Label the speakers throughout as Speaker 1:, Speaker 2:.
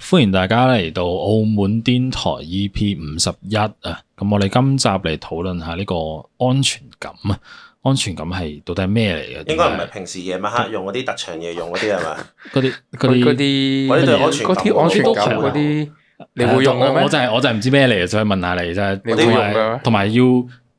Speaker 1: 歡迎大家嚟到澳門癲台 EP 五十一啊！咁我哋今集嚟討論下呢個安全感啊，安全感係到底係咩嚟嘅？
Speaker 2: 應該唔係平時夜 晚黑用嗰啲特長夜用嗰啲係咪？
Speaker 1: 嗰啲嗰
Speaker 3: 佢嗰
Speaker 1: 啲
Speaker 3: 啲
Speaker 2: 嗰啲對
Speaker 1: 安
Speaker 2: 全
Speaker 3: 嗰
Speaker 2: 感
Speaker 3: 啲安全感
Speaker 1: 我
Speaker 3: 嗰
Speaker 1: 都
Speaker 3: 啲，你會用嘅
Speaker 1: 我我就
Speaker 3: 咩？
Speaker 1: 係我就係唔知咩嚟嘅，所以問下你啫。
Speaker 3: 你
Speaker 2: 會
Speaker 1: 同
Speaker 2: 用
Speaker 3: 嘅咩
Speaker 1: 埋同埋要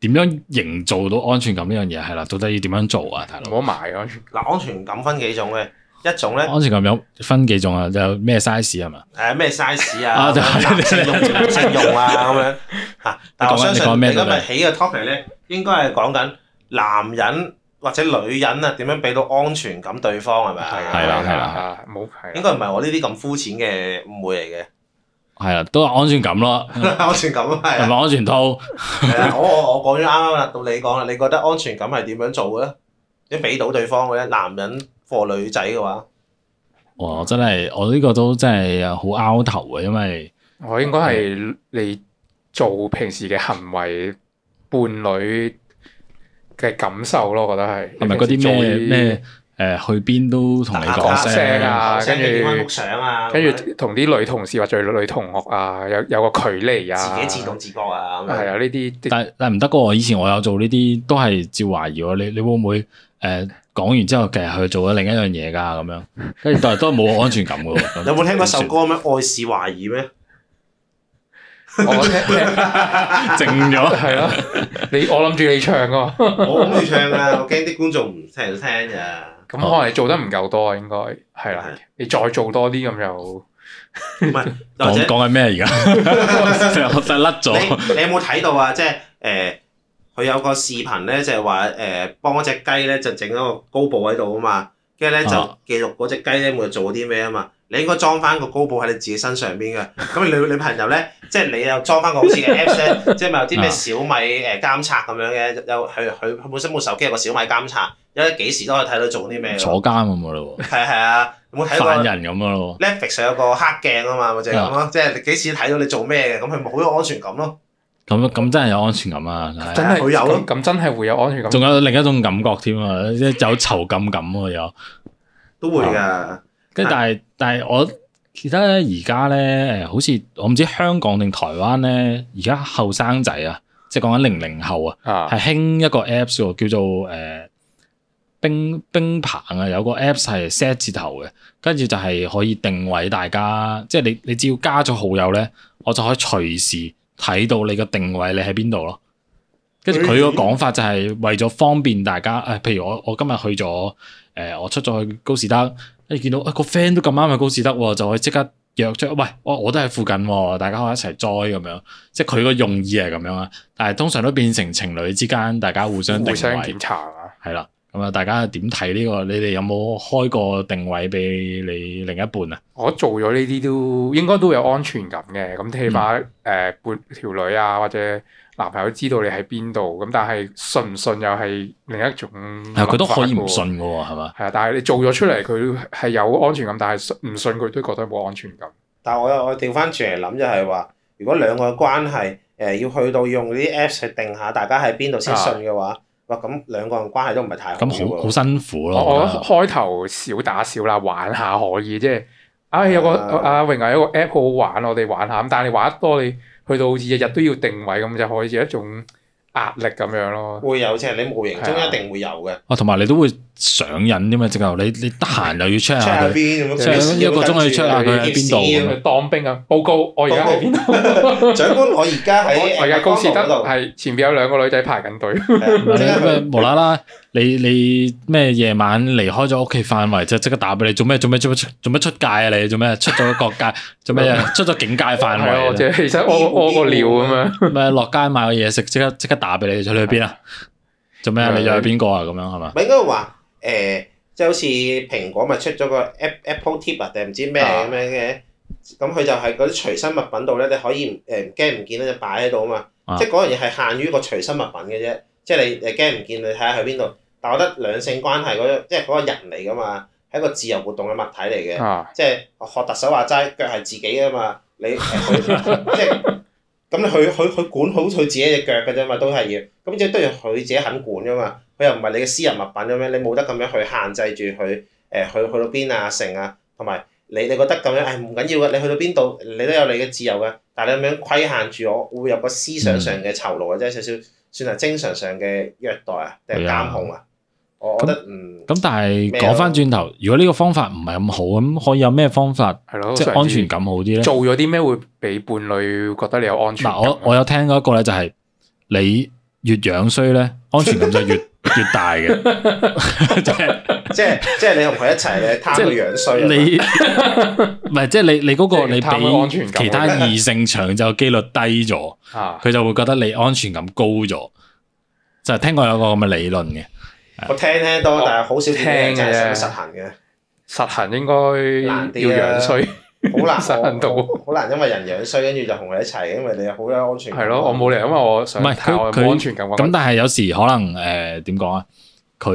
Speaker 1: 點樣營造到安全感呢樣嘢係啦？到底要點樣做啊，大
Speaker 3: 唔
Speaker 1: 佬
Speaker 3: 好？埋安全
Speaker 2: 嗱，安全感分幾種嘅，一種咧
Speaker 1: 安全感有分幾種啊？有咩 size 係嘛？
Speaker 2: 誒咩 size
Speaker 1: 啊
Speaker 2: 啊，
Speaker 1: 就係
Speaker 2: 男性用女性用啊咁樣嚇。但我
Speaker 1: 你講緊
Speaker 2: 相
Speaker 1: 你講
Speaker 2: 信
Speaker 1: 咩
Speaker 2: 你今
Speaker 1: 到底
Speaker 2: 日起嘅 topic 咧，應該係講緊男人或者女人啊點樣俾到安全感對方係咪啊？
Speaker 1: 係啦
Speaker 3: 啊
Speaker 1: 係啦，
Speaker 3: 冇係
Speaker 2: 應該
Speaker 3: 啦。
Speaker 2: 唔係我呢啲咁膚淺嘅誤會嚟
Speaker 1: 係啦，都係安全感咯，
Speaker 2: 嘅， 安全感係
Speaker 1: 係
Speaker 2: 啊
Speaker 1: 咪安全套？
Speaker 2: 係啊，我我我講咗啱啱啦，到你講啦，你覺得安全感係點樣做嘅咧？點俾到對方嘅咧？男人或女仔嘅話，
Speaker 1: 哇！我真係我呢個都真係好拗頭啊，因為
Speaker 3: 我應該係
Speaker 1: 嗯
Speaker 3: 你做平時嘅行為，伴侶嘅感受咯，我覺得係。
Speaker 1: 係咪嗰
Speaker 3: 你平時
Speaker 1: 啲
Speaker 3: 做
Speaker 1: 咩咩誒去邊都同你講
Speaker 3: 打聲
Speaker 1: 聲
Speaker 3: 啊
Speaker 2: 跟住
Speaker 3: 跟住
Speaker 2: 點樣碌相啊，
Speaker 3: 跟住同啲女同事或者女同學啊，有有個距離啊，
Speaker 2: 自己自動自覺啊，咁
Speaker 3: 係
Speaker 2: 樣
Speaker 3: 啊，呢啲
Speaker 1: 但但唔得噶喎，以前我有做呢啲都係照懷疑喎。你你會唔會誒講完之後其實去做咗另一樣嘢㗎咁樣，跟住但 係都係冇安全感嘅喎。咁
Speaker 2: 有冇聽過首
Speaker 1: 點
Speaker 2: 歌咩？愛是懷疑咩？
Speaker 3: 我 聽聽
Speaker 1: 算？靜咗
Speaker 3: 係咯，你我諗住你唱㗎喎，
Speaker 2: 我好中意唱啊，我驚啲觀眾唔聽聽咋。
Speaker 3: 咁可能你做得唔夠多啊，應該係啦
Speaker 2: 係，
Speaker 3: 你再做多啲咁就。
Speaker 2: 唔係， 或
Speaker 1: 講
Speaker 2: 者
Speaker 1: 講緊咩而家？ 我真係甩咗。
Speaker 2: 你你有冇睇到啊？即係誒，佢有個視頻咧，就係話誒幫嗰只雞咧就整咗個高布喺度啊嘛，跟住咧
Speaker 1: 啊
Speaker 2: 就記錄嗰只雞咧每日做啲咩啊嘛。你應該裝翻個高布喺你自己身上邊嘅，咁你女朋友咧，即係你又裝翻個 好似嘅 Apps 咧，即係咪有
Speaker 1: 啊
Speaker 2: 啲咩小米誒監察咁樣嘅？有佢佢佢本身部手機有個小米監察，有得幾時都可以睇到做啲咩咯。
Speaker 1: 坐監咁嘅咯
Speaker 2: 係係啊，有冇
Speaker 1: 喎，
Speaker 2: 睇過
Speaker 1: 犯人咁嘅咯
Speaker 2: Netflix 上有個黑鏡啊嘛，咪就係咁咯，即係你幾時睇到你做咩嘅，咁佢咪好有安全感咯。
Speaker 1: 喎，咁咁真係有安全感啊！真係
Speaker 3: 真係
Speaker 2: 佢有咯
Speaker 3: 咁咁真係會有安全感。
Speaker 1: 仲有另一種感覺添啊，即係有囚禁感喎有。
Speaker 2: 都會㗎，
Speaker 1: 跟住但係但係我記得咧，而家咧誒，好似我唔知香港定台灣咧，而家後生仔啊，即係講緊零零後啊，
Speaker 3: 啊，
Speaker 1: 係興一個 Apps 喎，叫做誒、呃冰冰棚啊，有個 Apps 係 set 字頭嘅，跟住就係可以定位大家，即係你你只要加咗好友咧，我就可以隨時睇到你個定位你喺邊度咯。跟住佢個講法就係為咗方便大家，誒、譬如我我今日去咗誒、呃我出咗去高士德，跟住見到啊個 friend 都咁啱去高士德喎，就可以即刻約出，喂，我我都喺附近喎，大家可以一齊 join 咁樣，即係佢個用意係咁樣啊。但係通常都變成情侶之間，大家互相定
Speaker 3: 互相
Speaker 1: 位
Speaker 3: 檢，查啊，
Speaker 1: 係啦。咁啊，大家點睇呢個？你哋有冇開過定位俾你另一半啊？
Speaker 3: 我做咗呢啲都應該都有安全感嘅。咁起碼誒
Speaker 1: 嗯
Speaker 3: 伴條女啊或者男朋友知道你喺邊度。咁但係信唔信又係另一種諗嗯法
Speaker 1: 係
Speaker 3: 喎。
Speaker 1: 佢都啊可以唔信嘅喎，係嘛？
Speaker 3: 係啊，但係你做咗出嚟，佢係有安全感，但係信唔信佢都覺得冇安全感。
Speaker 2: 但係我又我調翻轉嚟諗就係話，如果兩個嘅關係誒、呃要去到用呢啲 Apps 去定下大家喺邊度先信嘅話，哇咁兩個人關係都唔係太好
Speaker 1: 啊咁好好
Speaker 2: 喎。
Speaker 1: 辛苦
Speaker 3: 我我
Speaker 1: 咯。
Speaker 3: 開頭少打少鬧，玩下可以，即係唉有個
Speaker 2: 啊
Speaker 3: 阿榮啊有個 app 好好玩，我哋玩下。咁但係你玩得多，你去到好似日日都要定位咁，就開始有一種壓力咁樣咯。
Speaker 2: 會有即係你無形中
Speaker 3: 係啊
Speaker 2: 一定會有嘅
Speaker 1: 啊，同埋你都會上癮啲嘛？直頭你你得閒又要 check
Speaker 2: ，check
Speaker 1: 下
Speaker 2: 下
Speaker 1: 佢。
Speaker 2: 邊咁
Speaker 3: 即係
Speaker 2: 樣，
Speaker 1: 啊一個鐘去 check 下佢喺邊度咁樣
Speaker 2: 咁。
Speaker 3: 當兵啊，報告我而家喺邊度？
Speaker 2: 長官，我而家喺
Speaker 3: 我而家高士德
Speaker 2: 麥當 勞嗰度
Speaker 3: 係前邊有兩個女仔排緊隊，
Speaker 1: 唔係你
Speaker 2: 係啊，
Speaker 1: 咁嘅無啦啦，你你咩夜晚離開咗屋企範圍就即刻打俾你，做咩做咩做咩出做咩出界啊你？做咩出咗國 界？做咩啊出咗警戒範
Speaker 3: 係啊，
Speaker 1: 圍
Speaker 3: 我即
Speaker 1: 啊？
Speaker 3: 係起身屙屙個尿咁樣。
Speaker 1: 咩落街買個嘢食，即刻即刻打俾你，你去邊啊？做咩啊？你約邊個啊？咁樣係嘛？
Speaker 2: 咪應該話誒，即係好似蘋果咪出咗個 App Apple Tip 啊，定唔知咩咁樣嘅。咁佢就係嗰啲隨身物品度咧，你可以唔誒唔驚唔見咧就擺喺度啊嘛。
Speaker 1: 啊
Speaker 2: 即係嗰樣嘢係限於個隨身物品嘅啫，即係你誒驚唔見你睇下去邊度。但我覺得兩性關係嗰即係嗰個人嚟噶嘛，係一個自由活動嘅物體嚟嘅。
Speaker 3: 啊，
Speaker 2: 即係學特首話齋，腳係自己噶嘛。你誒佢 即係咁，佢佢佢管好佢自己隻腳嘅啫嘛，都係要咁即係都要佢自己肯管噶嘛。佢又唔係你嘅私人物品咁樣，你冇得咁樣去限制住佢誒去去到邊啊、成啊，同埋你哋覺得咁樣，唉唔緊要嘅，你去到邊度你都有你嘅自由嘅，但係你咁樣規限住我，會有個思
Speaker 1: 嗯
Speaker 2: 想上嘅囚牢或者少少算係精神上嘅虐待啊，定係
Speaker 1: 係啊
Speaker 2: 監控啊？我我覺得嗯，
Speaker 1: 咁但係
Speaker 2: 咩咯
Speaker 3: 啊
Speaker 1: 講翻轉頭，如果呢個方法唔係咁好，咁可以有咩方法
Speaker 3: 係咯，
Speaker 1: 即係
Speaker 3: 嘗試
Speaker 1: 安全感好啲咧？
Speaker 3: 做咗啲咩會俾伴侶覺得你有安全
Speaker 1: 嗱，
Speaker 3: 感？
Speaker 1: 我我有聽過一個咧，就係你越樣衰咧，安全感就 越越大嘅，就係
Speaker 2: 即係即係你同佢 一齊，你貪
Speaker 1: 即係
Speaker 2: 佢樣衰啊嘛。
Speaker 1: 你唔 係即係你你嗰個
Speaker 3: 即係
Speaker 1: 你
Speaker 3: 貪佢安全
Speaker 1: 比
Speaker 3: 感
Speaker 1: 其他異性長就機率低咗，
Speaker 3: 啊，
Speaker 1: 佢就會覺得你安全感高咗。就係聽過有個咁嘅理論嘅，
Speaker 2: 我聽聽多，但係好少見到人
Speaker 3: 聽
Speaker 2: 真
Speaker 3: 嘅
Speaker 2: 係
Speaker 3: 啫
Speaker 2: 想實行嘅，
Speaker 3: 實行應該
Speaker 2: 難啲
Speaker 3: 要
Speaker 2: 啊
Speaker 3: 樣衰，
Speaker 2: 好難
Speaker 3: 實行到
Speaker 2: 我好難，因為人樣衰，跟住就同佢一齊，因為你好有安全感。
Speaker 3: 係咯，我冇理由，因為我想
Speaker 1: 唔係
Speaker 3: 睇下
Speaker 1: 佢
Speaker 3: 我有
Speaker 1: 佢
Speaker 3: 冇安全感。
Speaker 1: 咁但係有時可能誒點講啊？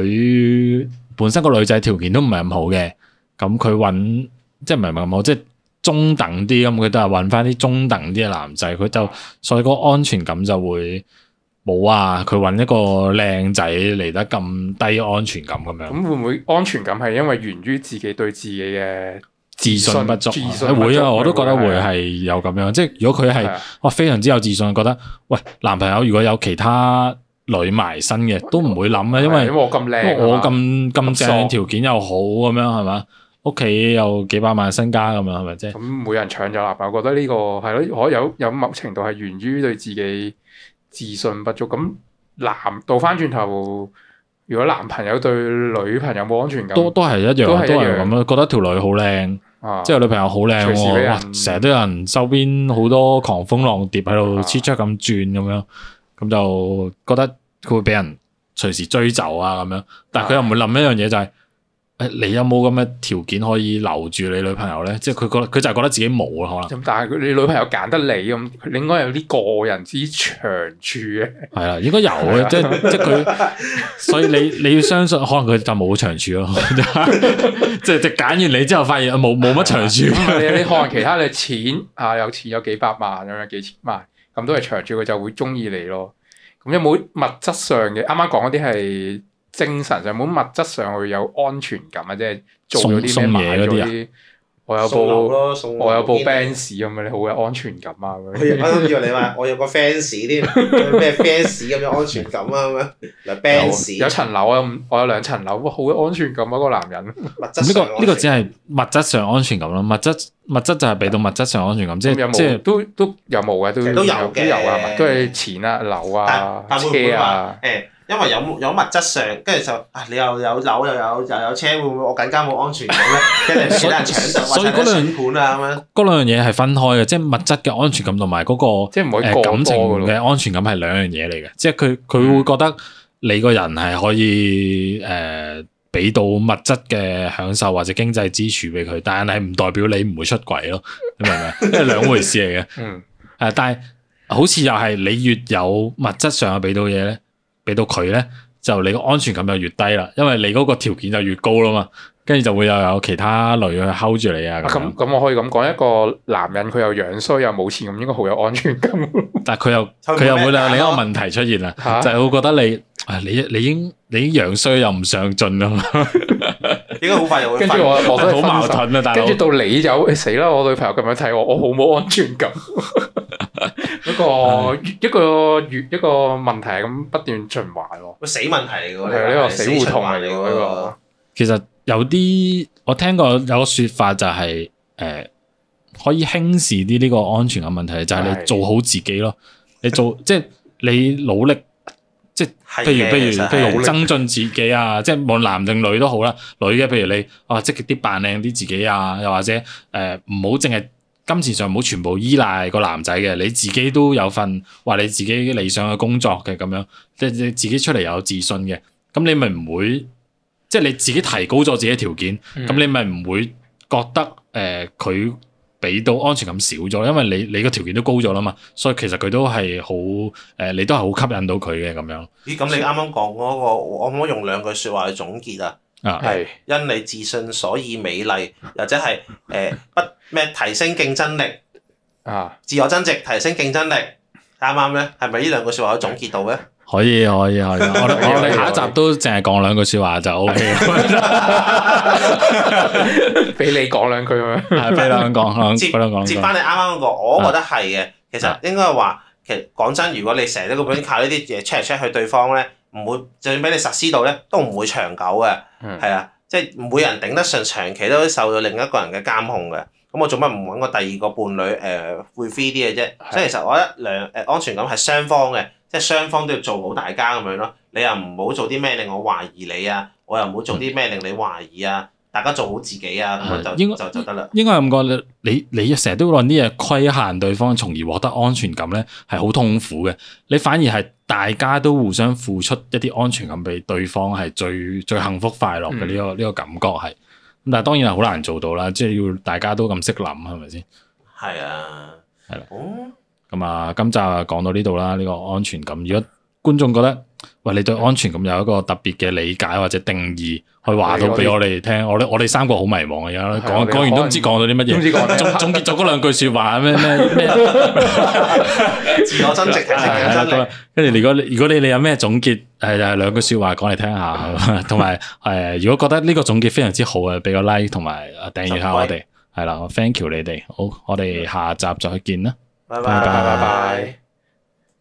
Speaker 1: 佢本身個女仔條件都唔係咁好嘅，咁佢揾即係唔係咁好，即係中等啲咁，佢都係揾翻啲中等啲嘅男仔，佢就所以個安全感就會冇啊！佢揾一個靚仔嚟得咁低安全感咁樣，
Speaker 3: 咁會唔會安全感係因為源於自己對自己嘅
Speaker 1: 自信不足
Speaker 3: 自
Speaker 1: 啊，
Speaker 3: 信不足
Speaker 1: 會啊！我都覺得會
Speaker 3: 係啊
Speaker 1: 係有咁樣，即係如果佢係。
Speaker 3: 啊
Speaker 1: 哇，非常之有自信，覺得喂男朋友如果有其他女埋身嘅，都唔會諗啊，因
Speaker 3: 係因
Speaker 1: 為
Speaker 3: 為我咁靚
Speaker 1: 因為
Speaker 3: 啊嘛，
Speaker 1: 我咁咁
Speaker 3: 咁
Speaker 1: 正，
Speaker 3: 索
Speaker 1: 條件又好咁樣係嘛，屋企有幾百萬身家咁樣係咪啫？
Speaker 3: 咁每人搶咗男朋友，我覺得呢個係咯，可有有某程度係源於對自己自信不足。咁男倒翻轉頭，如果男朋友對女朋友冇安全感，
Speaker 1: 都都係一樣，都
Speaker 3: 都係一樣
Speaker 1: 係咁樣，覺得條女好靚，
Speaker 3: 啊，
Speaker 1: 即係女朋友好靚
Speaker 3: 隨時俾
Speaker 1: 喎，
Speaker 3: 人
Speaker 1: 哇！成日都有人周邊好多狂風浪蝶喺度
Speaker 3: 啊
Speaker 1: 黐出咁轉咁樣，咁就覺得佢會俾人隨時追走啊咁樣，但係佢又唔會諗一樣嘢就係、誒你有冇咁嘅條件可以留住你女朋友咧？即係佢覺得佢就係覺得自己冇啊，
Speaker 3: 咁但係你女朋友揀得你咁，你應該有啲個人之長處嘅。
Speaker 1: 可能係啦，應該有
Speaker 3: 係
Speaker 1: 嘅，
Speaker 3: 啊
Speaker 1: 即係即係佢，所以你你要相信，可能佢就冇長處咯， 即係即係揀完你之後發現啊冇冇乜長處。
Speaker 3: 咁你你可能其他你錢啊有錢有幾百萬咁樣幾千萬，咁都係長處，佢就會中意你咯。咁有冇物質上嘅？啱啱講嗰啲係精神上，有冇物質上會有安全感啊？即係做咗啲咩
Speaker 1: 送送
Speaker 3: 買
Speaker 1: 嘢
Speaker 3: 咗
Speaker 1: 嗰啲啊
Speaker 3: 啲，我有
Speaker 2: 送樓
Speaker 3: 部
Speaker 2: 咯，送
Speaker 3: 我有部
Speaker 2: 邊度
Speaker 3: Benz 咁樣，你好有安全感啊咁
Speaker 2: 我以我以
Speaker 3: 樣。
Speaker 2: 為你話我有個 fans 添， 咩 fans 咁樣安全感啊咁樣，嗱 fans
Speaker 3: 有有層樓，我有五我有兩層樓，哇！好有安全感啊，個男人。
Speaker 2: 物質
Speaker 1: 咁呢
Speaker 2: 上
Speaker 1: 個呢個只係物質上安全感咯，物質物質就係俾到物質上安全感，即
Speaker 3: 啊咁有
Speaker 1: 係即
Speaker 3: 冇
Speaker 1: 係
Speaker 3: 都都有冇嘅，啊都
Speaker 2: 其實都有
Speaker 3: 都
Speaker 2: 嘅
Speaker 3: 有啊，係咪都係錢啊、樓啊
Speaker 2: 但、但會唔會
Speaker 3: 車啊
Speaker 2: 話，誒？因為有有物質上，跟住就啊，你又有樓又有又有車，會唔會我更加冇安全感 咧？跟住俾人搶奪，
Speaker 1: 所以
Speaker 2: 或者
Speaker 1: 所以嗰兩
Speaker 2: 筍盤啊咁樣。
Speaker 1: 嗰兩樣嘢係分開嘅，即係物質嘅安全感同埋嗰個
Speaker 3: 即係唔可以
Speaker 1: 誒
Speaker 3: 過
Speaker 1: 感情
Speaker 3: 多嘅咯。嗯
Speaker 1: 嘅安全感係兩樣嘢嚟嘅，即係佢佢會覺得你個人係可以誒俾到物質嘅享受或者經濟支柱俾佢，但係唔代表你唔會出軌咯，你明唔 明？因為兩回事嚟嘅。
Speaker 3: 嗯，
Speaker 1: 誒，呃但係好似又係你越有物質上嘅俾到嘢咧，俾到佢咧，就你個安全感就越低啦，因為你嗰個條件就越高啦嘛，跟住就會又有其他類去 hold 住你啊
Speaker 3: 啊
Speaker 1: 咁
Speaker 3: 咁
Speaker 1: 樣。
Speaker 3: 咁我可以咁講，一個男人佢又樣衰又冇錢，咁應該好有安全感
Speaker 1: 但係佢又
Speaker 2: 佢唔
Speaker 1: 佢又會有
Speaker 2: 叻啊
Speaker 1: 另一個問題出現啦，
Speaker 3: 嚇。
Speaker 1: 就係會覺得你啊你你已經你已經樣衰又唔上進啊啦嘛，
Speaker 2: 應該好快就會
Speaker 3: 跟
Speaker 2: 分
Speaker 3: 住。我我都係
Speaker 1: 好矛
Speaker 3: 分手。
Speaker 1: 盾啊，大佬
Speaker 3: 跟住。到你就誒死啦！我女朋友咁樣睇我，我好冇安全 感。嗯一個一個月一個問題係咁不斷循環喎。
Speaker 2: 喂死問題嚟㗎喎，
Speaker 3: 係呢
Speaker 2: 你話
Speaker 3: 個死胡同嚟㗎
Speaker 2: 死循環
Speaker 3: 呢個。
Speaker 1: 其實有啲我聽過有個說法就係、呃可以輕視啲呢個安全嘅問題，就係、
Speaker 3: 係
Speaker 1: 你做好自己咯。你做即係你努力，
Speaker 2: 係嘅
Speaker 1: 譬如譬
Speaker 2: 其
Speaker 1: 如
Speaker 2: 實係
Speaker 1: 譬
Speaker 3: 努
Speaker 1: 如
Speaker 3: 力
Speaker 1: 增進自己啊，即係無論男定女都好啦。女嘅譬如你啊積極啲扮靚啲自己啊，又或者誒唔好淨係金錢上唔好全部依賴個男仔嘅，你自己都有份話你自己理想嘅工作嘅咁樣，即係你自己出嚟有自信嘅，咁你咪唔會即係你自己提高咗自己條件。
Speaker 2: 嗯
Speaker 1: 咁你咪唔會覺得誒佢俾到安全感少咗，因為你你個條件都高咗啦嘛，所以其實佢都係好誒，你都係好吸引到佢嘅咁樣
Speaker 2: 咦，咁你啱啱講嗰個，我可唔可以用兩句説話去總結啊？
Speaker 1: 啊。
Speaker 3: 係
Speaker 2: 因你自信所以美麗，或者係誒不咩提升競爭力、
Speaker 3: 啊，
Speaker 2: 自我增值、提升競爭力，啱唔啱咧？係咪呢兩句説話可以總結到咧？
Speaker 1: 可以可 以可以，我哋我哋下一集都淨係講兩句说話就 O K
Speaker 3: 俾你講兩句咁樣。
Speaker 1: 啦，俾兩講，兩
Speaker 2: 接
Speaker 1: 俾兩講
Speaker 2: 接
Speaker 1: 講。
Speaker 2: 翻你啱啱嗰個，我覺得係嘅。其實
Speaker 1: 啊
Speaker 2: 應該話，其實講真，如果你成日都咁樣靠呢啲嘢 check 嚟 check 去對方咧，唔會就算俾你實施到咧，都唔會長久嘅。
Speaker 3: 嗯
Speaker 2: 係啊，即係每人頂得順，長期都受到另一個人嘅監控嘅。咁我做乜唔揾個第二個伴侶誒、呃、會 free 啲嘅啫？
Speaker 3: 係
Speaker 2: 所以其實我覺得兩誒、呃安全感係雙方嘅，即係雙方都要做好大家咁樣咯。你又唔好做啲咩令我懷疑你啊，我又唔好做啲咩令你懷疑啊。大家做好自己啊，咁
Speaker 1: 係
Speaker 2: 樣
Speaker 1: 應該
Speaker 2: 就就就得啦。
Speaker 1: 應該係咁講，你你你成日都攞啲嘢規限對方，從而獲得安全感咧，係好痛苦嘅。你反而係大家都互相付出一啲安全感俾對方，係最最幸福快樂嘅呢個呢個感覺係。咁但係當然係好難做到啦，即係要大家都咁識諗，係咪先？
Speaker 2: 係啊，
Speaker 1: 係啦
Speaker 2: 哦
Speaker 1: 咁啊，今集啊講到呢度啦，呢、個安全感。如果觀眾覺得喂你對安全感有一個特別嘅理解或者定義，去話到俾我哋聽。我哋我哋三個好迷茫嘅，而家
Speaker 3: 係啊
Speaker 1: 講
Speaker 3: 我哋
Speaker 1: 講完都
Speaker 3: 可
Speaker 1: 唔
Speaker 3: 能
Speaker 1: 知講到啲乜
Speaker 3: 都唔知講
Speaker 1: 嘢，
Speaker 3: 咩
Speaker 1: 總總結咗嗰兩句説話咩咩咩。
Speaker 2: 自我增值提升競
Speaker 1: 係
Speaker 2: 爭
Speaker 1: 啦
Speaker 2: 力，
Speaker 1: 跟住如果你如果你你有咩總結，係就係兩句説話講嚟聽下， 同埋誒，如果覺得呢個總結非常之好啊嘅，俾個 like 同埋呃訂閱下我哋，係啦我，thank you 你哋，好，我哋下集再見啦。
Speaker 2: 拜
Speaker 1: 拜
Speaker 2: 拜
Speaker 1: 拜
Speaker 3: 拜拜。